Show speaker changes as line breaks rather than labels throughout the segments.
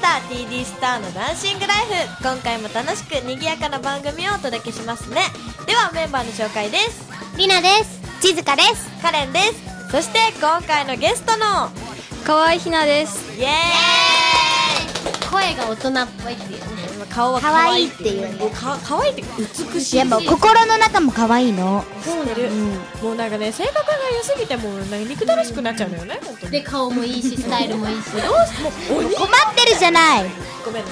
た TD スターのダンシングライフ今回も楽しく賑やかな番組をお届けしますねではメンバーの紹介です
りなですちずかです
カレンですそして今回のゲストの
河合ひなです
イエーイ
声が大人っぽいっていうね
顔は
可
可愛
愛
い
いっていうね
か可愛いっていうか美しい
やっぱ心の中も可愛いの
そうなる、もうなんかね性格が良すぎてもうなんか憎たらしくなっちゃうのよね本当に
で顔もいい しスタイルもいいし
もう鬼
困ってるじゃない
ごめん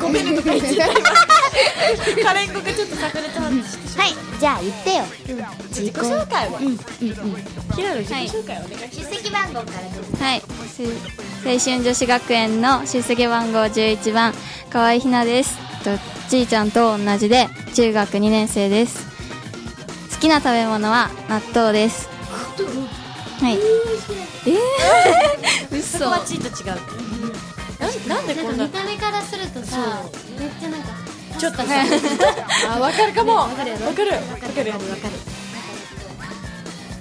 ごめんとか言っちゃったカレンコがちょっと炸裂話してしまっ
はいじゃあ言ってよ
た自己紹介を
うんうん
平野自己紹介をお願いします、
出席番号から
はいせ青春女子学園の出席番号11番河合ひなですとちいちゃんと同じで中学2年生です好きな食べ物は納豆ですはいえー、
そこ
嘘
はちいと違うななんでこん
な
なん
か見た目からするとさめっちゃなんか
ちょっとさあわかるかもわかるわかるわかる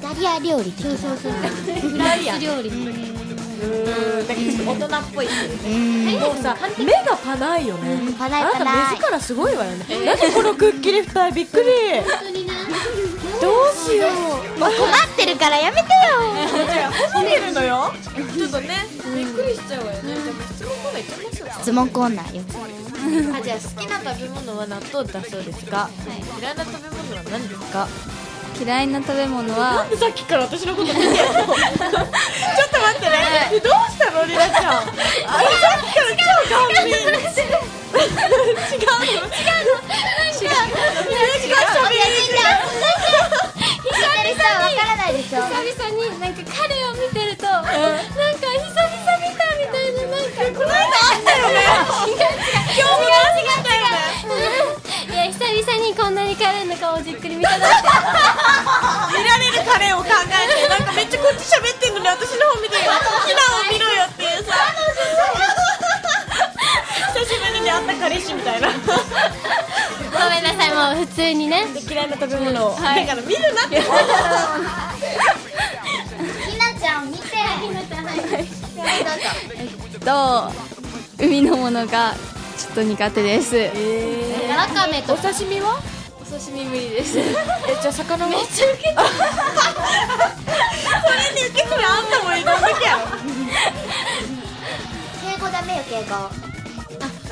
イタリア料理的
そうそうそう
フ
フ
ラ
ラ
ンス
ンス料理
うーんなんかちょっと大人っぽいっていうね
うん
もうさ目がパないよね、
んパ
あ
ない
なた
パない
目力すごいわよね、何このくっきり二重びっくり
本当にな
どうしようわ
困ってるからやめてよ
褒めてるのよちょっとねびっくりしちゃうわよね、でも質問コーナーいっちゃいましょ
質
うか
問コーナーよ
あじゃあ好きな食べ物は納豆だそうですが、嫌いな食べ物は何ですか
嫌いな食べ物は
さっきから私のこと見てるのちょっと待ってねどうしたのりなちゃんあれさっきから超顔見違うの違うの違うの
ひか
違う
りさんわからないでしょ
久々になんか彼を見てるとなんか久々見たみたいななんかこの間あったよね興 味が違ったよねいや久々にこんなに彼の顔をじっくり見たなって
見られるカレンを考えてなんかめっちゃこっち喋ってんのに私の方見てよヒナを見ろよっていうさ久しぶりに会った彼氏みたいな
ごめんなさいもう普通にね
で嫌いな食べ物を、だから見るなって思っ
ひなちゃん見てひなちゃんはい
と海のものがちょっと苦手です
わかめと
お刺身は
お刺身無理です
えじゃあ魚はめっちゃ受けてるそれに受けてるあんたもいただけやろ
敬語ダメよ敬語
敬語好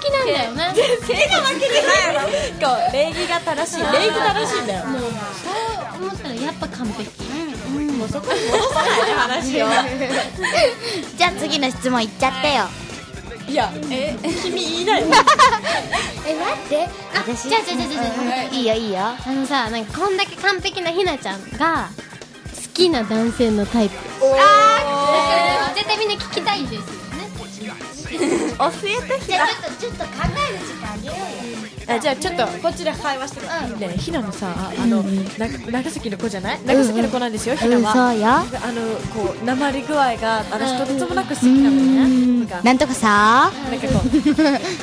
きなんだよな
手が負けてないやろこう礼儀が正しい礼儀正しいんだよも
そう思ったらやっぱ完璧
うそこに戻さないで話を
じゃあ次の質問いっちゃってよ
いやえ君言いないの
え待ってあ
私
じゃあじゃあじゃあじゃあじゃあ
いいよいいよ
あのさなんかこんだけ完璧なひなちゃんが好きな男性のタイプああ絶対みんな聞きたいですよね
教えて
じゃあちょっとちょっと考える時間あげようよ
あじゃあちょっとこっちで会話してもいいねひなのさああのな長崎の子じゃない長崎の子なんですよひな
うん
は
そうよ
あのこう鉛り具合があの一つもなく好きなのねなんか
なんとかさ
なんかこう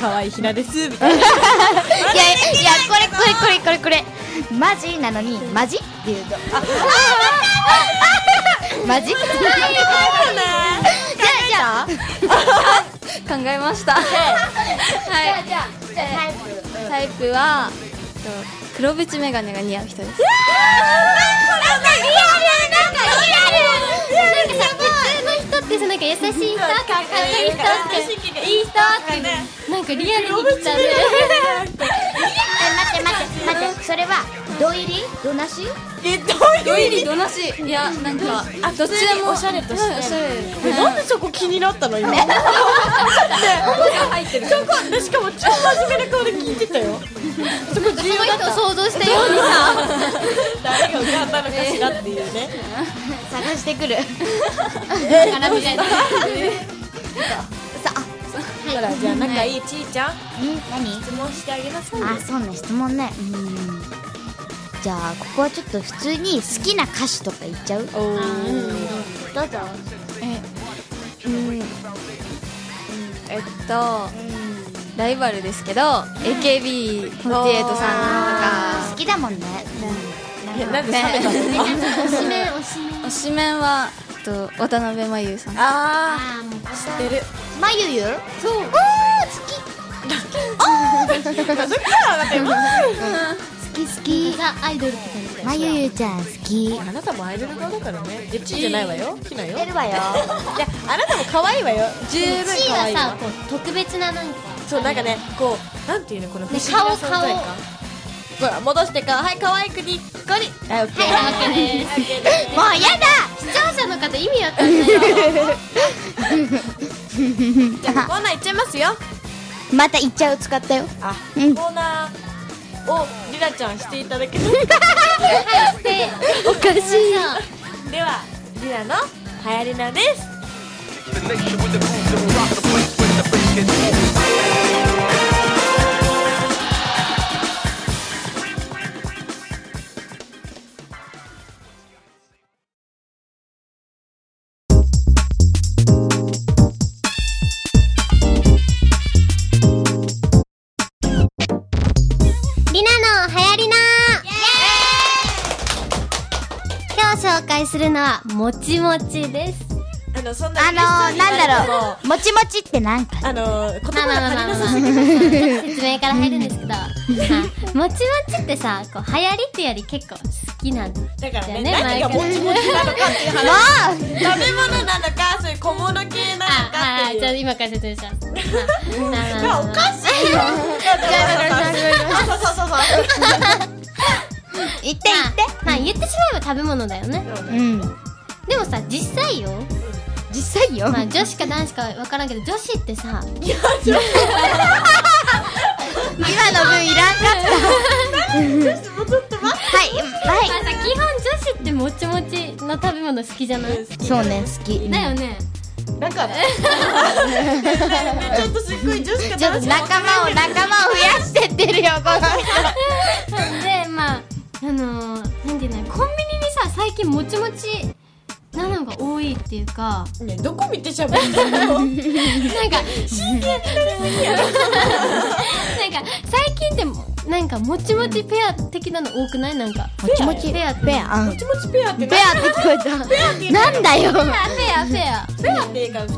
可愛いひなですみたいない
やいやこれこれこれこれこれマジなのにマジって言うと マジじゃあじゃ
考えましたはい
じゃあじゃあタイプ
タイプはえっと黒縁メガネが似合う人です
なんかリアルなんかリアルなんかさ普通の人
だってさなんか優しい人かっこいい人っていい人ってなんかリアルに来たね
え待って待って待ってそれはど入りどなし
えどういう意味
どなしいやなんか
あ
どっちでも
おしゃれと
うんお
し
してゃれ
えなんでそこ気になったの今ね
入ってる
そこでしかも超真面目な顔で聞いてたよそこ重
そ
要
の
だった
人を想像 したようにさ
誰が浮かんだのかしらっていうね
探してくる
からみたいな
さあ
ほらじゃあ仲いいちいちゃん
ん
質問してあげなさいよ
何あそうね質問ねうんじゃあここはちょっと普通に好きな歌手とか言っちゃうどうぞ
おー
うんえっとライバルですけど AKB48 さんとか
好きだもんね
いやなんで冷めたの
おしめおしめ
推しメンはえっと渡辺真由さ ん
あ
あもう
ー知ってる
まゆゆ
そう
おー好き
そっからだって
好き好き
ザ・アイドルって感じだよ
まゆゆちゃん好き
あなたもアイドル顔だからねエッチじゃないわよひな よい
出
や
るわよ
あなたも可愛いわよ十分
1位
可愛い
は
わ
さこう特別ななんか
そうなんかねこうなんていうのこの不思議な
ね顔
存在感ほら戻してかはい可愛くにっこりはいオッケ
は
ー
いはい OK です
もうやだ
視聴者の方意味わかんないよ
じゃあコーナーいっちゃいますよ
またいっちゃう使ったよ
あコ
うん
ーナーをりなちゃんしていただける
はいしておかしい な
ではりなのはやりなです
りなの流行りな今日紹介するのはもちもちです
あのそんな
あのー、なんだろ
う
うもちもちってなんか
あのー言葉
まあまあま
が
あ
足
ま
り
あ
な
ま
さ
あ、
すぎる
説明から入るんですけど、まあもちもちってさ、こう流行りってより結構好きなんだよ
だからね
ね、
何がもちも
ち。
ちなのかっていう話
あ
食べ物なのかそういう小物系なのか
あ
っ
あ、
て
じゃあ
いう
今から説明します。まあまあ
いや
まあ
お
まあ
かしいよそうそうそうそう
言って言って
まあまあ言ってしまえば食べ物だよね。
うん
でもさ、実際よ、
実際よ
まあ女子か男子かわからんけど、女子ってさ、
今の分いらんか ったはい
まあさ、基本女子ってもちもちの食べ物好きじゃない
はいそうね好き
だよね。
なんかねちょっとすっごい女子か
ちょっと
男 子
仲間を仲間を増やしてってるよこの人
で、まあ、あのー、なんていうの、コンビニにさ、最近もちもちなのが多いっていうか、
ねどこ見てしゃべってんの
なんか真剣になりすぎやなんか最近でもなんかもちもちペア的なの多くないなんか
もちもち
ペアって
ペアうん
もちもちペアって
ペアって聞こえたなんだよ
ペアペア
ペアっていうか普通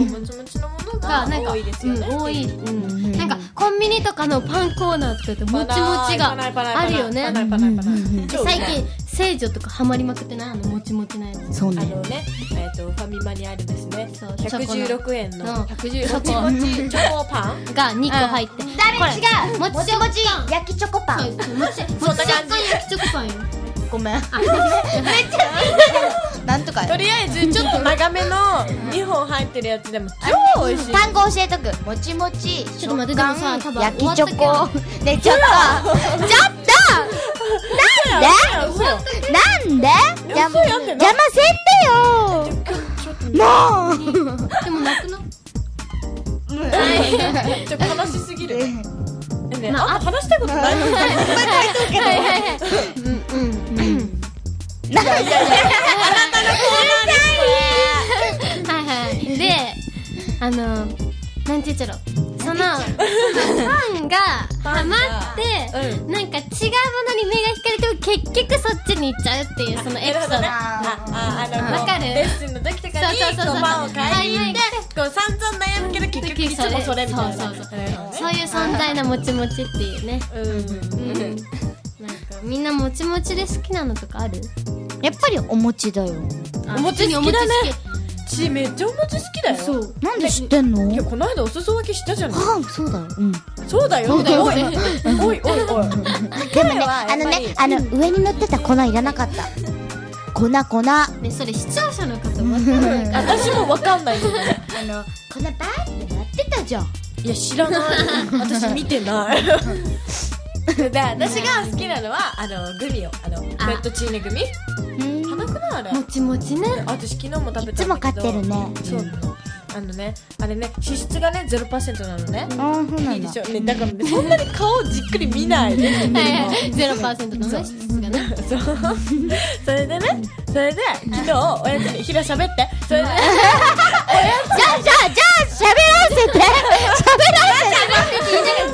にこうもちもちのもの
が
が
なんか
多いですよね
うん、多い、う
ん
ん、なんかコンビニとかのパンコーナーとかってもちもちがあるよね
パナイパナイパナイパナイ
で
超うまい
最近聖女とかハマりまくってないあのもちもちのやつ
そう
あのね、えっ、とファミマにあるですね。
そう
116円の
うん
116
チョコ
もちもちチョコパン。
が2個入って
ダメ違う
も
も
ち
ち
も
も
ち
ち焼きチョコパ
そう
ン
もちもち
そんな感じ
焼きチョコパンよ
ごめん
あめっちゃ
なんとか
とりあえずちょっと長めの2本入ってるやつでも超美味しい。
単語教えとくもちもち
ちょっと待ってでもさ多
食
分
感焼きチョ
終わ
コねちょっと ちょっ
嘘よ
となんで
嘘
邪魔
やんでな
邪魔せんでよもう
でもなくなっ
ちょっと悲しすぎる。ねえ、
まあ
あんた話したいことないのかい
はいはいはいうんうん
なんで
はいはい。で、あの、なんて言っちゃろう。その、パンがハマって、
う
なんか違うものに目が引かれても結局そっちに行っちゃうっていう、そのエピソー
なる
ド。
ほどねあ、あの、
わかる
レッスンの時とかに
そうそうそう
こ
そう
うパンを買いに行って、こう散々悩むけど結局いつもそれみたい
そうそうそう
な。
そういう存在なもちもちっていうね。
うんうん。
なんかみんなもちもちで好きなのとかある
やっぱりお餅だよ
お
もち好きだね
餅
ちめっちゃお餅好きだよ。
好き。そう。
なんで知ってんの
いやこの間お裾分けしたじゃない。
あそうだようん
そうだよ。おいおいおいお
でも
い。
ね、
は
あの
やっぱ
ね
り、
あの上に乗ってた粉いらなかった。粉粉。あ
ね、それ視聴者の方わかる
私もわかんないんだよね
の粉バーってなってたじゃん。
いや知らない私見てない で私が好きなのはあのグミをあの
あ
レッドチーネグミ鼻くないあれ
もちもちね。
私昨日も食べたんだけど
いつも買ってるね。
そうあのねあれね脂質がね0%なのね
ああ、そうない
い
ん
で
だ
し。ょねだからねそんなに顔をじっくり見な い
はいはい。0%のね、質がね。
そうそれでねそれで昨日おやつにひらしゃべってそれで
じゃあ、じゃあ、じゃあ、喋らせて。喋ら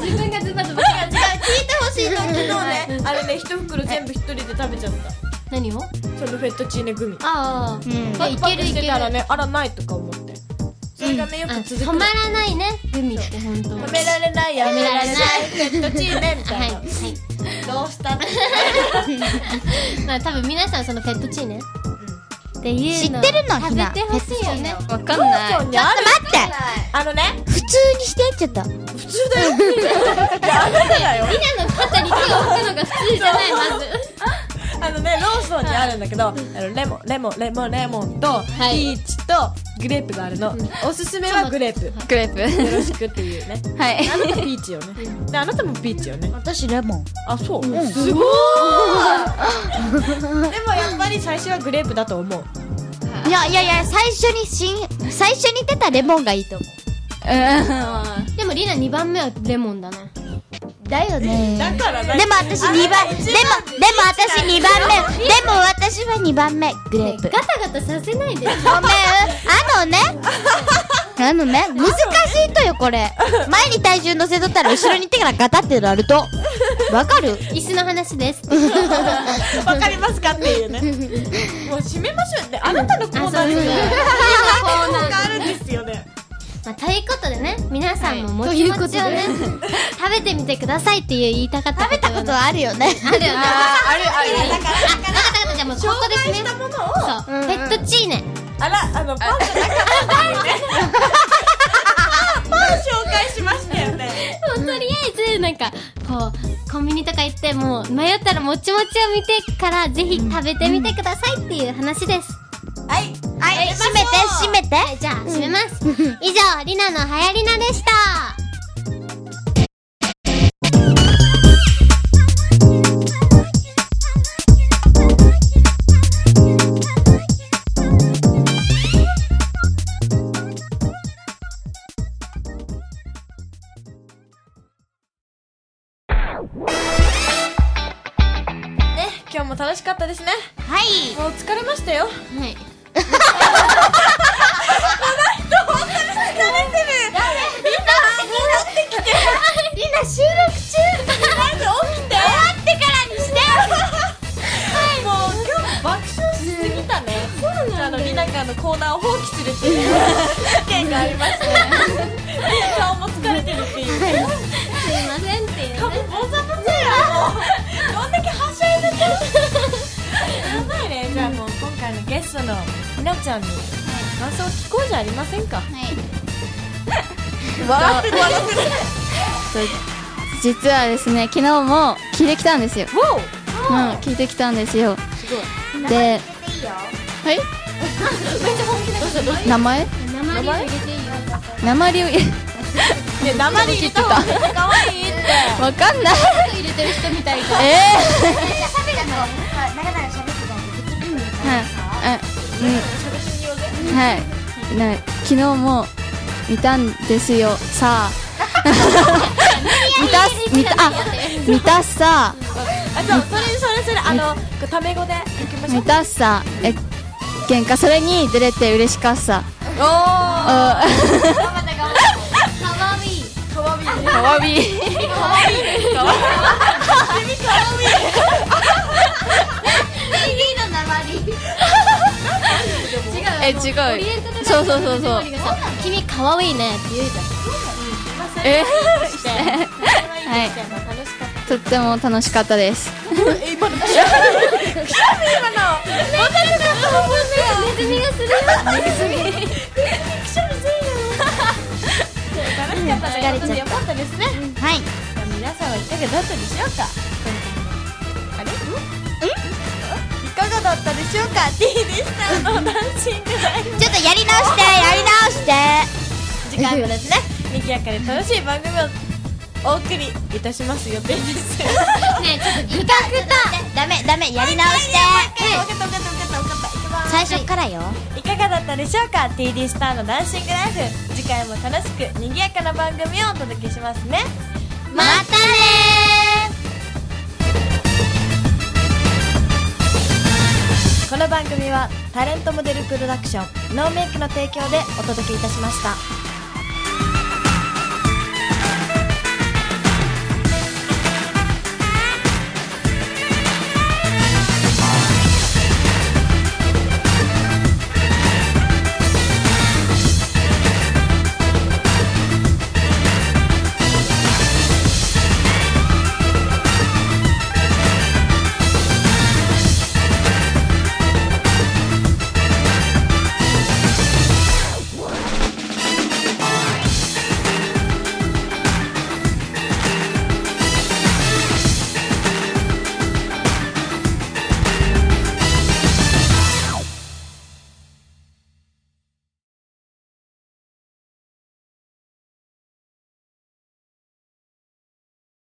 自分がズバズバ違う違
せ
う
て。聞いてほしい
昨日ねあれね一袋全部一人で食べちゃった
何
そ
を
のフェットチーネグミ
ああ、
ん
まあいけるい
し
け
て
る
たらねあらないとか思って
うん
れがねよ
あ
く続く
止ま
の
らないねグミって本当
止められないや
められない
ペットチーねみ
あ
た
はいい
な
はい
どうしたって
まあ多分皆さんそのペットチーネってい
知
う
っ
の
てるの
食
ひ
べ
な
てほしいよね
わかんない
にある
待って
あのね
普通にしてっちゃった
普通 だよいやあなただよ
みんなの肩に手を置くのが普通じゃないまず
あのねローソンにあるんだけど、あのレモンレモンレモンレモンと、
い
ピーチとグレープがあるの、おすすめはグレープよ
クレープ
ろしくっていうね
はい
あなたピーチよねであなたもピーチよね
私レモン
あそう、すご ーいでもやっぱり最初はグレープだと思う
いやいやいや最初にしん最初に出たレモンがいいと思
うん
でもリナ2番目はレモンだな
うだよね
だから
でも私2番でもでも私2番目でも私は2番目グレープ
ガタガタさせない
ご
で
めんあの ねあのね難しいとよこ れ前に体重乗せとったら後ろに手からガタってなるとわかる
椅子の話です
わかりますかって いうねもう締めましょうってあなたのコーナーですよね
あそうです
なんかあるんですよね
まあ、ということでね皆さんももちもちをね、食べてみてくださいっていう言いたかったこと
ことはあるよね
あるよね
ああるあるだから
あ、わかったわかったじゃあもうこ
紹
こで
介
す
し
ね
たものを
そう、ペットチーネ
あらあのパンじゃなかったんだよね パン紹介しましたよね
もうとりあえずなんかこうコンビニとか行ってもう迷ったらもちもちを見てからぜひ食べてみてくださいっていう話です、
はいはい
閉めて閉めて
じゃあ閉めます、以上りなのはやりなでした
ね今日も楽しかったですね
はい
もう疲れましたよ
は
疲
い
れてる
みんな収録中
早く起きて
終わってからにして
もう今日爆笑しすぎたねそうなのりなかのコーナーを放棄するってい う事件がありまして顔も疲れてるっていう
すいませんっていう
顔もボサボサやもうどんだけはしゃいでてるやばいねじゃあもう今回のゲストのひなちゃんに感想を聞こうじゃありませんか笑ってる笑ってる
実はですね昨日も聞いてきたんですよ
おう
うん聞いてきたんですよで はい名前
名前
鉛を入れ
ね鉛入れた方が可愛いって
わかんない
入れてる人みたいな
ええ
は
はいあうんはいな昨日も見たんですよさあ見た見たあ見た
あ
さ
そうそれそれそれあのタメ語で行きましょ
見
う
たさえ喧嘩それに出れて嬉しかっさ
おー
あ
かわいい
かわびえ違うそうそうそうそう
君かわいいねって言うじゃん
え
して
はいとっても楽しかったです
今のくしゃみ今の私だと思う
ネズミがす
く
る
しゃみするよ楽しかったね本当によかったですね
い
皆さんはいかがだったでしょうかあれいかがだったでしょうか D でしたのダンシングライブ
ちょっとやり直 してやり直して
時間もですねにぎやかで楽しい番組をお送りいたします予定です
ねちょっと
歌歌ダメダメやり直して
分かった分かった分かった分かったいきます
最初からよ
いかがだったでしょうか TD スターのダンシングライフ次回も楽しくにぎやかな番組をお届けしますね
またね
この番組はタレントモデルプロダクションノーメイクの提供でお届けいたしました